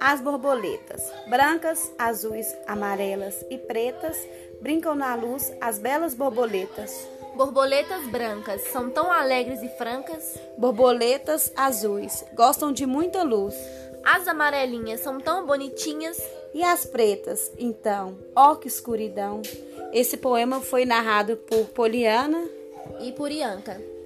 As borboletas, brancas, azuis, amarelas e pretas, brincam na luz as belas borboletas. Borboletas brancas são tão alegres e francas. Borboletas azuis, gostam de muita luz. As amarelinhas são tão bonitinhas. E as pretas, então, ó que escuridão. Esse poema foi narrado por Poliana E por Ianca.